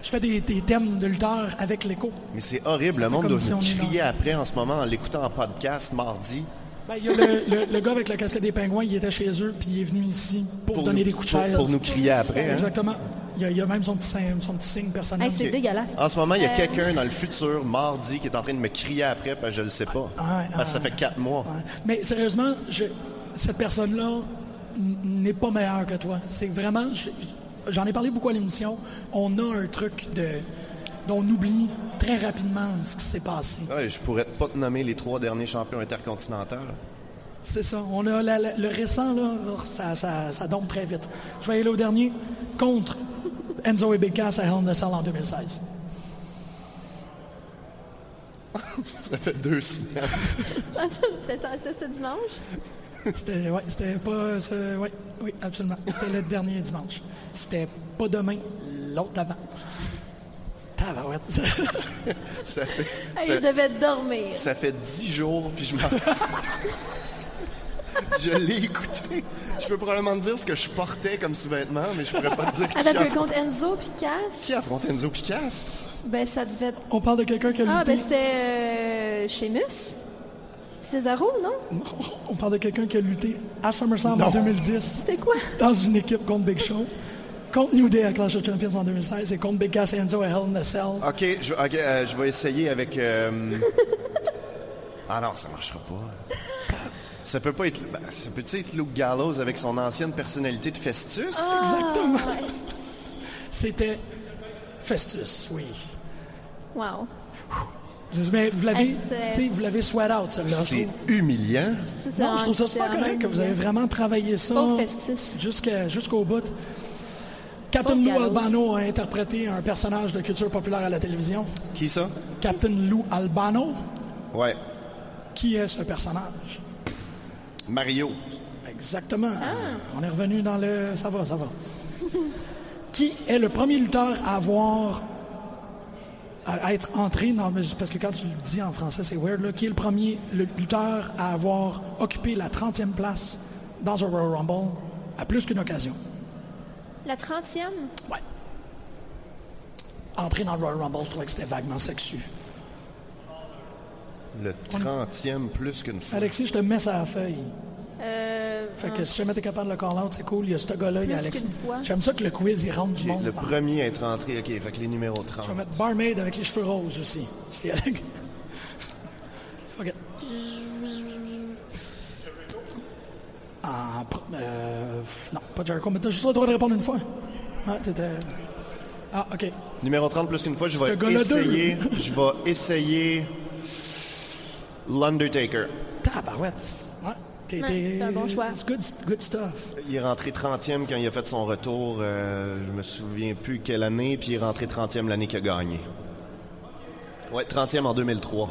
Je fais des, des thèmes de lutteurs avec l'écho. mais c'est horrible, le fait monde comme doit si vous on est crier après en ce moment en l'écoutant en podcast mardi. Ben, il y a le, le- le gars avec la casquette des pingouins, il était chez eux, puis il est venu ici pour, Pour donner nous- des coups de pour- chaise. pour nous crier après, hein? Exactement. Il y a, il y a même son petit, signe- son petit signe personnel. Hey, c'est dégueulasse. En ce moment, il y a Euh, quelqu'un dans le futur, mardi, qui est en train de me crier après, parce que je le sais pas. Ah, parce que ça fait quatre mois. Mais sérieusement, je- cette personne-là n- n'est pas meilleure que toi. C'est vraiment... je- J'en ai parlé beaucoup à l'émission. On a un truc de... dont on oublie très rapidement ce qui s'est passé. Ouais, je pourrais pas te nommer les trois derniers champions intercontinentaux. C'est ça. On a la- la- le récent, là, oh, ça, ça, ça dompe très vite. Je vais aller au dernier contre Enzo et Bécasse à Hell in a Cell en 2016. Ça fait deux semaines. Ça, ça, C'était ça- c'était ce dimanche? C'était, ouais, c'était pas. c'est- ouais, oui, absolument. C'était le dernier dimanche. C'était pas demain, l'autre d'avant. Tabarouette. Ça fait, Hey, ça- je devais dormir. ça fait dix jours, puis je m'en... je l'ai écouté. Je peux probablement te dire ce que je portais comme sous-vêtement, mais je pourrais pas te dire qui Attends, a le compte Enzo puis Cass. qui a affronté Enzo Picasso. Ben, ça devait être. On parle de quelqu'un qui a Ah, lutté. ben, c'était euh, Sheamus. Cesaro, non? On parle de quelqu'un qui a lutté à SummerSlam Non. en 2010 C'était quoi? dans une équipe contre Big Show, contre New Day à Clash of Champions en 2016 et contre Bécasse et Enzo à Hell in a Cell. Ok, je, ok, euh, je vais essayer avec. euh, Ah non, ça marchera pas. Ça peut pas être. ben, ça peut être Luke Gallows avec son ancienne personnalité de Festus? Exactement. Ah, esti. C'était Festus, oui. wow. Je dis, Mais vous l'avez, Est-ce que- tu sais, vous l'avez sweat out, celle-là. C'est humiliant. C'est ça, Non, je trouve ça c'est super vraiment correct que vous avez bien. vraiment travaillé ça Pauvre Festus. jusqu'à- jusqu'au bout. Captain Lou Gallows. Albano a interprété un personnage de culture populaire à la télévision. Qui ça? Captain Lou Albano, Ouais. qui est ce personnage? Mario. Exactement. Ah. On est revenu dans le... Ça va, ça va. qui est le premier lutteur à avoir... à à être entré dans... mais Parce que quand tu le dis en français, c'est weird, là. Qui est le premier le- lutteur à avoir occupé la 30e place dans un Royal Rumble à plus qu'une occasion? La 30e? Ouais. Entrer dans le Royal Rumble, je trouvais que c'était vaguement sexu. Le 30e plus qu'une fois. Alexis, je te mets sa feuille. Euh, Fait que si jamais t'es capable de le call-out, c'est cool. Il y a ce gars-là, il y a Plus Alexis. qu'une fois. J'aime ça que le quiz, il rentre du Ok, monde. le par- premier à être entré, ok, fait que les numéros Je vais 30. mettre Barmaid avec les cheveux roses aussi. C'est Alec. Fuck it. Ah, pro- euh, non, pas Jericho, mais t'as juste le droit de répondre une fois. Ah, t'étais... Ah, OK. Numéro 30 plus qu'une fois, je Ce vais gars-là deux. essayer. Je vais essayer. L'Undertaker. Tabarouette. Ouais. t'es- Ouais, t'es- c'est un bon choix. It's good, good stuff. Il est rentré 30e quand il a fait son retour, euh, je me souviens plus quelle année, puis il est rentré 30e l'année qu'il a gagné. Ouais, 30e en 2003.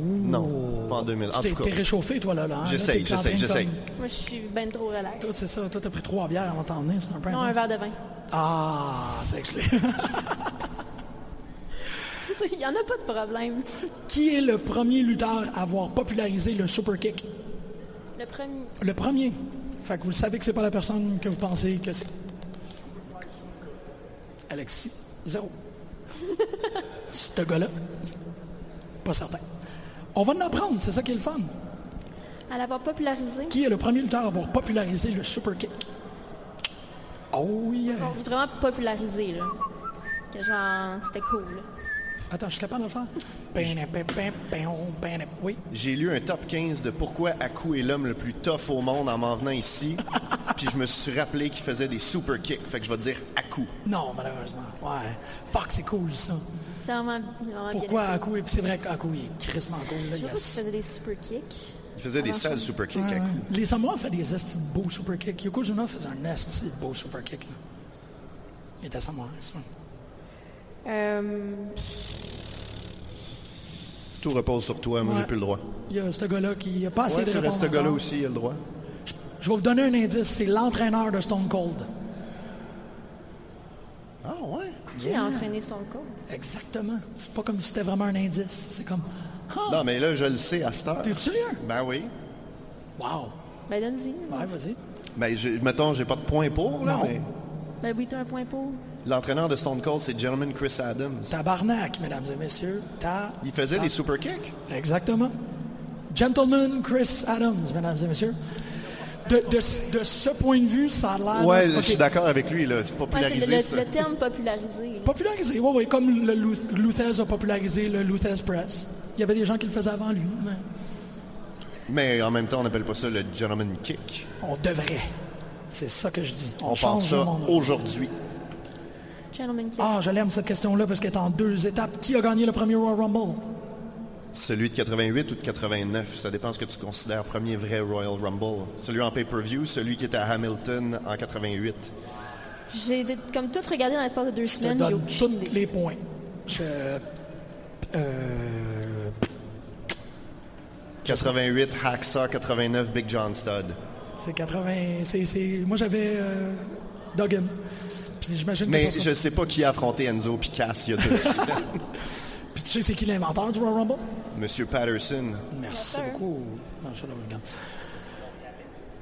Non, pas en 2000. En Tu t'es tout cas, t'es réchauffé, toi, là. là hein? J'essaye, Là, t'es en j'essaye, train de j'essaye. comme- Moi, je suis ben trop relax. Toi, c'est ça. Toi, t'as pris trois bières avant de t'en venir. C'est un peu Non, un intense. verre de vin. Ah, ça explique. C'est ça, il n'y en a pas de problème. Qui est le premier lutteur à avoir popularisé le super kick? Le premier. Le premier. Fait que vous savez que c'est pas la personne que vous pensez que c'est. Alexis, zéro. Ce gars-là, pas certain. On va en apprendre, c'est ça qui est le fun. À l'avoir popularisé. Qui est le premier lutteur à avoir popularisé le super kick? Oh yeah! On dit vraiment popularisé, là. Que genre, c'était cool. là. Attends, je suis capable de le faire? Ben, ben, ben, ben, ben, Oui, j'ai lu un top 15 de pourquoi Aku est l'homme le plus tough au monde en m'en venant ici, puis je me suis rappelé qu'il faisait des super kicks, fait que je vais dire Aku. non, malheureusement. Ouais. Fuck, c'est cool ça. C'est vraiment, vraiment Pourquoi bien. Akoui? C'est vrai qu'Akoui est crissement cool. Là, Je sais pas si tu yes. faisais des super kicks. Il faisait des Ah, sales ça. super kicks, Ouais, ouais. Aku. Les Samoa font des estis de beaux super kicks. Yokozuna faisait un esti de beau super kick. Là. Il était Samoa, ça. Euh, Tout repose sur toi, moi Ouais. j'ai plus le droit. Il y a ce gars-là qui a pas assez Ouais, de c'est vrai, répondre ce gars-là encore. aussi, il a le droit. Je vais vous donner un indice. C'est l'entraîneur de Stone Cold. Ah ouais? Qui a entraîné son corps? Exactement. C'est pas comme si c'était vraiment un indice. C'est comme. Non, mais là, je le sais à cette heure. T'es sérieux? Ben oui. Wow. Ben, donne-y. Ouais, vas-y. Ben, je, mettons, j'ai pas de point pour, là, Non. mais Ben oui, t'as un point pour. l'entraîneur de Stone Cold, c'est German Chris Adams. Tabarnak, mesdames et messieurs. Ta- Il faisait ta- des super kicks? Exactement. Gentleman Chris Adams, mesdames et messieurs. De, de- de ce point de vue, ça a l'air. Ouais, Ok. je suis d'accord avec lui, là. C'est Ouais, c'est popularisé. le, le- ça. le terme popularisé. là. Popularisé, oui, oui. Comme le Luth- Luthez a popularisé le Luthez Press. Il y avait des gens qui le faisaient avant lui, mais Mais en même temps, on n'appelle pas ça le Gentleman Kick. on devrait. C'est ça que je dis. On, On, parle change le ça monde. aujourd'hui. Gentleman Kick. Ah, je l'aime cette question-là parce qu'elle est en deux étapes. Qui a gagné le premier Royal Rumble? Celui de 88 ou de 89, ça dépend ce que tu considères premier vrai Royal Rumble. Celui en pay-per-view, celui qui était à Hamilton en 88. J'ai été comme tout regardé dans l'espace de deux Je te semaines. J'ai donne aucune idée. tous les points. Je... euh, 88, Hacksaw, 89, Big John Studd. C'est 80... c'est- c'est- Moi, j'avais euh, Duggan. Puis j'imagine que Mais ça soit- je sais pas qui a affronté Enzo Picasso il y a deux semaines. Puis tu sais, c'est qui l'inventeur du Royal Rumble? Monsieur Patterson. Merci beaucoup. Non, ça, là, regarde.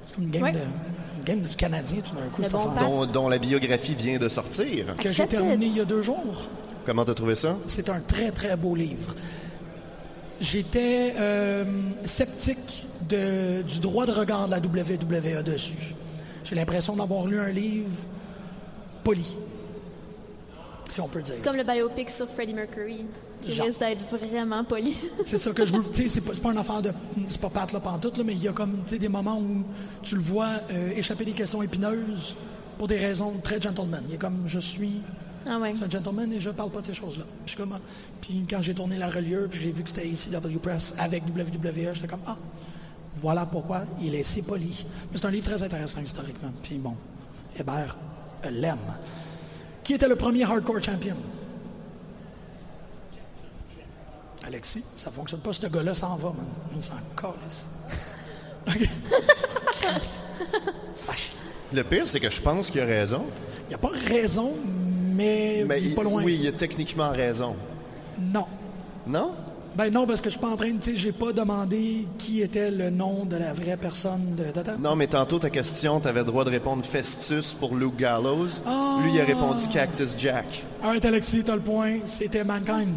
C'est comme une game, Ouais. de... une game du Canadien, tout d'un coup, Le cette bon affaire. temps. dont, dont la biographie vient de sortir. Que j'ai Accepted. terminé il y a deux jours. Comment t'as trouvé ça? C'est un très, très beau livre. J'étais euh, sceptique de- du droit de regard de la WWE dessus. J'ai l'impression d'avoir lu un livre poli, si on peut dire. Comme le biopic sur Freddie Mercury, qui Genre. risque d'être vraiment poli. C'est ça que je veux. Tu sais, c'est pas, c'est pas une affaire de. C'est pas Pat là, pantoute, là, mais il y a comme tu sais, des moments où tu le vois euh, échapper des questions épineuses pour des raisons très gentleman. Il est comme je suis. ah ouais. C'est un gentleman et je parle pas de ces choses-là. Puis, je suis comme, ah. Puis quand j'ai tourné la reliure, puis j'ai vu que c'était ICW Press avec WWE, j'étais comme, ah, voilà pourquoi il est si poli. Mais c'est un livre très intéressant historiquement. Puis bon, Hébert euh, l'aime. Qui était le premier hardcore champion? Alexis, ça fonctionne pas, ce gars-là s'en va, man. Il s'en calisse. OK. Le pire, c'est que je pense qu'il a raison. Il a pas raison, mais, Mais il est il- pas loin. Oui, il a techniquement raison. Non. Non? Ben non, parce que je suis pas en train de. tu sais, J'ai pas demandé qui était le nom de la vraie personne de Tata. Non, mais tantôt, ta question, t'avais le droit de répondre Festus pour Luke Gallows. Ah! Lui, il a répondu Cactus Jack. Arrête, Alexis, t'as le point. C'était Mankind.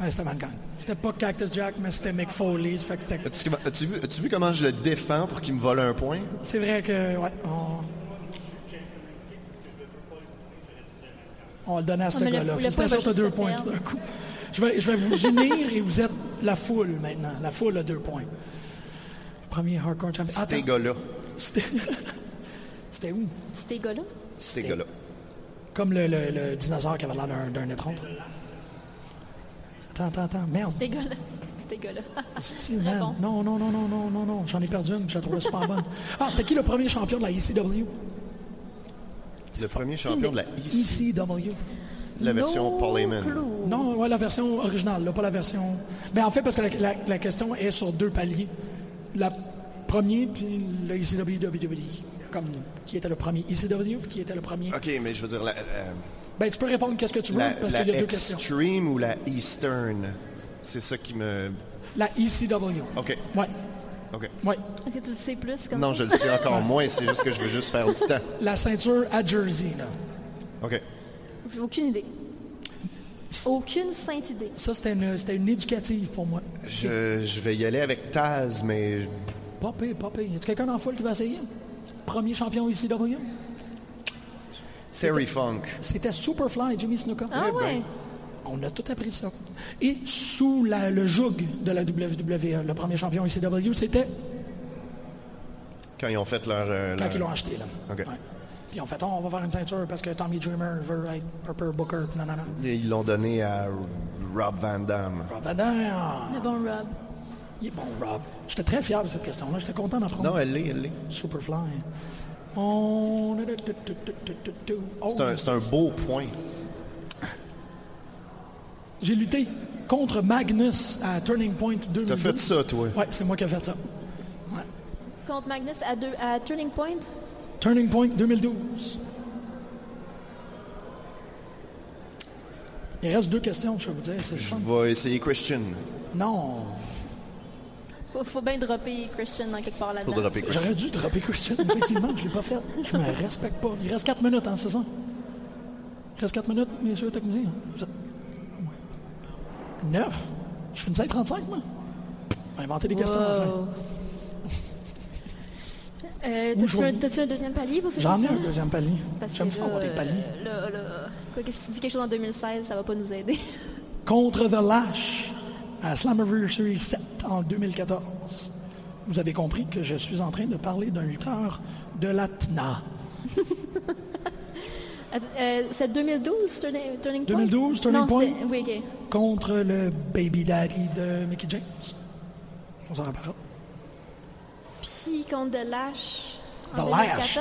Ouais, c'était Mankind. C'était pas Cactus Jack, mais c'était Mick Foley. ça fait que c'était- As-tu as-tu vu, as-tu vu comment je le défends pour qu'il me vole un point? C'est vrai que. Ouais, on. On le donnait à ce Ouais, mais le- le gars-là. point va Félicitations, t'as juste deux se points tout perdre. d'un coup. Je vais, je vais vous unir et vous êtes la foule maintenant. La foule a deux points. Premier hardcore champion. Ces Attends, gars-là. C'était. C'était où? C'était gars-là. Ces gars-là. Comme le, le- le dinosaure qui avait l'air d'un- d'un étron. Attends, attends, attends. Merde. C'était gars-là. C'était gars-là. Esti, man. Non, non, non, non, non, non, non. J'en ai perdu une. puis Je la trouvais super bonne. Ah, c'était qui le premier champion de la E ECW? Le premier champion de la IC. ECW. La version Paul Heyman. Non, ouais, la version originale, là, pas la version. Mais en fait, parce que la, la- la question est sur deux paliers. La premier, puis le E ECW WWE. Comme qui était le premier ECW, puis qui était le premier. OK, mais je veux dire, la, euh, Ben, tu peux répondre qu'est-ce que tu veux, la- parce la qu'il y a deux questions. Extreme ou la Eastern? C'est ça qui me... La ECW. OK. Ouais, OK. ouais. Est-ce que tu le sais plus comme Non, ça? je le sais encore moins, c'est juste que je veux juste faire du temps. La ceinture à Jersey, là. OK. J'ai aucune idée. Aucune sainte idée. Ça, c'était une, c'était une éducative pour moi. Je, je vais y aller avec Taz, mais Pas pire, pas pire. Y a-tu quelqu'un dans la foule qui va essayer? Premier champion ici d'Oregon? Terry Funk. C'était Superfly, Jimmy Snuka. Eh ben. Ah ouais? On a tout appris ça. Et sous la- le joug de la WWE, le premier champion ICW, c'était Quand ils ont fait leur... euh, quand leur- ils l'ont acheté. Là. OK. Ouais. Puis on fait, Oh, on va faire une ceinture parce que Tommy Dreamer veut être Purple Booker. Non, non, non. Et Ils l'ont donné à Rob Van Damme. Rob Van Dam. Le bon Rob. Il est bon, Rob. J'étais très fier de cette question-là. J'étais content d'en prendre. Non, elle l'est, elle l'est. Superfly. On... Oh, C'est un, c'est un beau point. J'ai lutté contre Magnus à Turning Point 2000. T'as fait ça, toi? Ouais, c'est moi qui ai fait ça. Contre Magnus à, deux, à Turning Point. Turning Point 2012. Il reste deux questions, je vais vous dire. C'est le Je fun. vais essayer Christian. Non. Faut, faut bien dropper Christian dans quelque part là-dedans. J'aurais dû dropper Christian, effectivement, je ne l'ai pas fait. Je me respecte pas. Il reste 4 minutes, hein, c'est ça? Il reste 4 minutes, messieurs techniciens. 9? Je finis ça à 35, moi? On va inventer des questions à la fin. Euh, Ou t'as-tu je un- vais- T'as-tu un deuxième palier pour ces J'en ai questions-là? un deuxième palier. Parce J'aime que ça là, avoir des euh, paliers. Là, là, quoi que si tu dis quelque chose en 2016, ça va pas nous aider. Contre The Lash à Slammiversary 7 en 2014. Vous avez compris que je suis en train de parler d'un lutteur de la TNA. Att- euh, c'est 2012, Turning, Turning Point? 2012, Turning Non, c'était- Point. Oui, OK. Contre le baby daddy de Mickey James. On s'en reparlera. Puis contre The Lash en The Lash.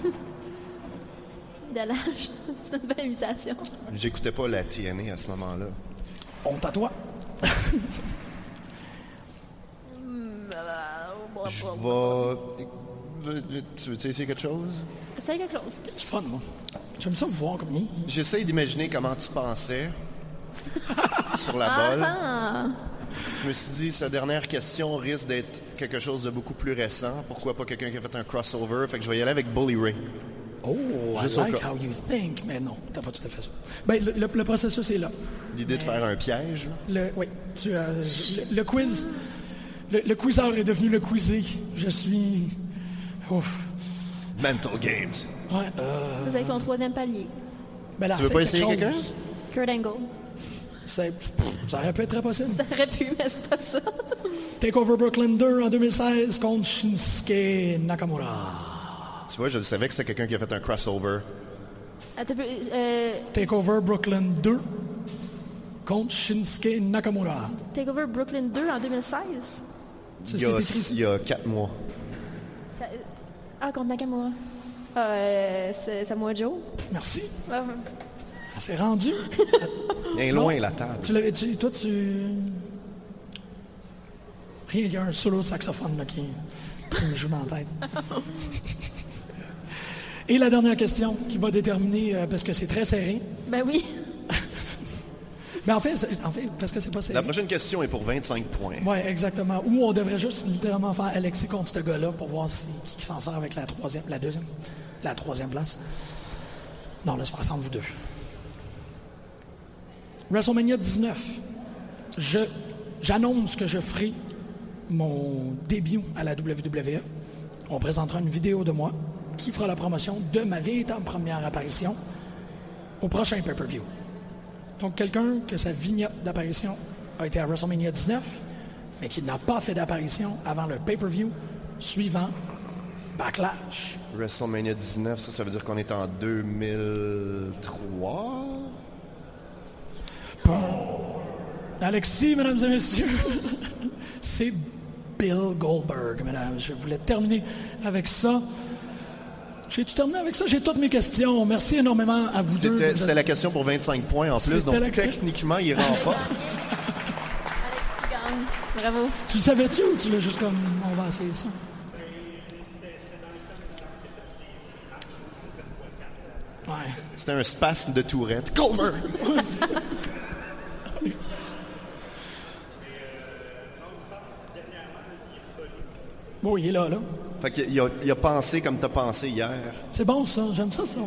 2014. The Lash, c'est une belle imitation. J'écoutais pas la TNA à ce moment-là. Honte à toi. Ah, Je vais. Veux- Tu veux essayer quelque chose? C'est quelque chose. C'est fun, moi. J'aime ça vous voir comme oh, vous. J'essaye d'imaginer comment tu pensais sur la Ah, balle. ah. Je me suis dit, sa dernière question risque d'être quelque chose de beaucoup plus récent. Pourquoi pas quelqu'un qui a fait un crossover? Fait que je vais y aller avec Bully Ray. Oh, I Juste au like cas. how you think. Mais non, t'as pas tout à fait ça. Ben, le, le- le processus est là. L'idée de faire un piège. là. Le, oui, tu as- le, le quiz. Le, le quizzer est devenu le quizé. Je suis. Ouf. Mental Games. Ouais, euh, C'est avec ton troisième palier. ben là, Tu veux c'est pas quelque essayer chose. quelqu'un? Kurt Angle. C'est- Ça aurait pu être très possible. Ça aurait pu, mais c'est pas ça. Takeover Brooklyn 2 en 2016 contre Shinsuke Nakamura. Tu vois, je le savais que c'était quelqu'un qui a fait un crossover. Attends, un peu, euh, Takeover Brooklyn 2 contre Shinsuke Nakamura. Takeover Brooklyn 2 en 2016. Il y, C'est ce qui est a, écrit ici. il y a quatre mois. Ça- Ah, contre Nakamura. Euh, c'est Samoa Joe. Merci. Ah, C'est rendu. Il est loin, Non. la table. Tu l'avais tu, toi tu. Rien, il y a un solo de saxophone là, qui qui me joue dans la tête. Et la dernière question qui va déterminer, euh, parce que c'est très serré. Ben oui. Mais en fait, c'est- en fait parce que c'est pas serré. La prochaine question est pour 25 points. Oui, exactement. Ou on devrait juste littéralement faire Alexis contre ce gars-là pour voir si, qui, qui s'en sort avec la troisième, la deuxième, la troisième place. Non, là, c'est pas entre vous deux. WrestleMania 19. Je, j'annonce que je ferai mon début à la WWE. On présentera une vidéo de moi qui fera la promotion de ma véritable première apparition au prochain pay-per-view. Donc, quelqu'un que sa vignette d'apparition a été à WrestleMania 19, mais qui n'a pas fait d'apparition avant le pay-per-view suivant Backlash. WrestleMania 19, ça, ça veut dire qu'on est en 2003? Alexis, mesdames et messieurs, c'est Bill Goldberg, mesdames. Je voulais terminer avec ça. J'ai-tu terminé avec ça? J'ai toutes mes questions. Merci énormément à vous deux. C'était Vous c'était êtes- la question pour 25 points en plus, C'était donc la- techniquement, il remporte. il gagne. Bravo. Tu le savais-tu ou tu l'as juste comme... On va essayer ça. Ouais. C'était un spasme de tourette. Gomer! Bon, il est là, là. Fait qu'il a, il a pensé comme t'as pensé hier. C'est bon, ça. J'aime ça, ça.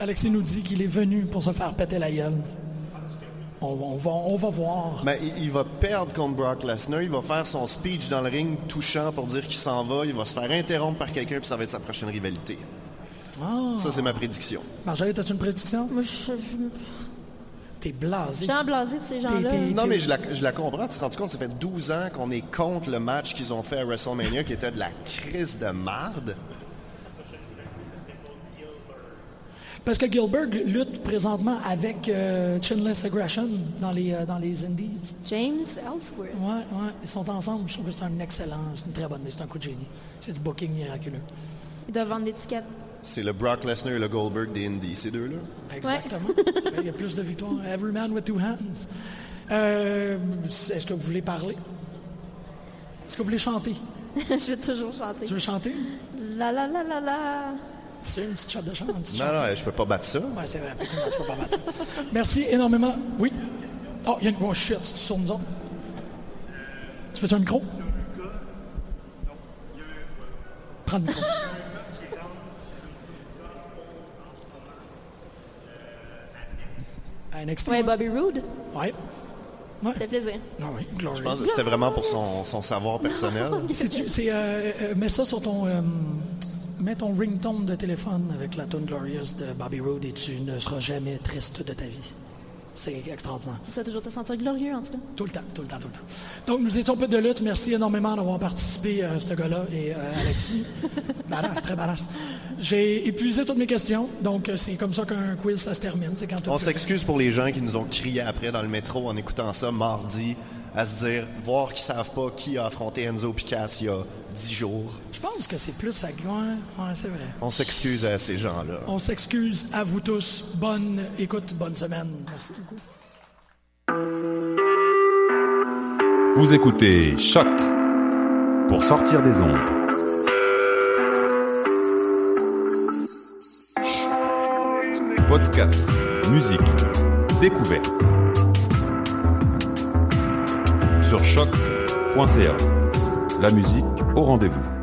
Alexis nous dit qu'il est venu pour se faire péter la gueule. On, on va, on va voir. Mais il, il va perdre contre Brock Lesnar. Il va faire son speech dans le ring touchant pour dire qu'il s'en va. Il va se faire interrompre par quelqu'un, puis ça va être sa prochaine rivalité. Ah. Ça, c'est ma prédiction. Marjorie, as-tu une prédiction? Moi, je je- je- T'es blasé. je suis emblasée de ces gens-là. T'es- t'es- Non, mais je la, je la comprends. Tu te rends compte, ça fait 12 ans qu'on est contre le match qu'ils ont fait à WrestleMania, qui était de la crise de marde. Parce que Gilbert lutte présentement avec euh, Chinless Aggression dans les, euh, dans les Indies. James Ellsworth. Ouais, ouais, ils sont ensemble. Je trouve que c'est un excellent, c'est une très bonne idée, c'est un coup de génie. C'est du booking miraculeux. Ils doivent vendre des tickets. C'est le Brock Lesnar et le Goldberg des Indies, ces deux-là. Exactement. Il y a plus de victoires. Every man with two hands. Euh, Est-ce que vous voulez parler? Est-ce que vous voulez chanter? je vais toujours Tu chanter. veux chanter? La la la la la. Tu sais, une petite shot de chance. une petite Non, shot. non, je peux pas battre ça. Ouais, c'est vrai, effectivement, tu peux pas battre ça. Merci énormément. Oui. Oh, il y a une. Oh shit, c'est sur nous autres. Tu fais-tu un micro? Prends le micro. NXT. Ouais, Bobby Roode. Ouais. Ouais. Ça fait plaisir. Ah oui, Glory. Je pense que c'était vraiment pour son, son savoir personnel. C'est-tu- c'est, euh, euh, mets ça sur ton. euh, mets ton ringtone de téléphone avec la tune Glorious de Bobby Roode et tu ne seras jamais triste de ta vie. C'est extraordinaire. Tu vas toujours te sentir glorieux, en tout cas. Tout le temps, tout le temps, tout le temps. Donc, nous étions peu de lutte. Merci énormément d'avoir participé, euh, ce gars-là et euh, Alexis. badass, très badass. J'ai épuisé toutes mes questions. Donc, euh, c'est comme ça qu'un quiz, ça se termine. C'est quand tout On le- s'excuse pour les gens qui nous ont crié après dans le métro en écoutant ça mardi, à se dire, voir qu'ils savent pas qui a affronté Enzo Picasso il y a 10 jours. Je pense que c'est plus à Gouin. Ouais, c'est vrai. On s'excuse à ces gens-là. On s'excuse à vous tous. Bonne écoute, bonne semaine. Merci beaucoup. Vous écoutez Choc pour sortir des ondes. Podcast, musique, découverte. Sur choc.ca. La musique au rendez-vous.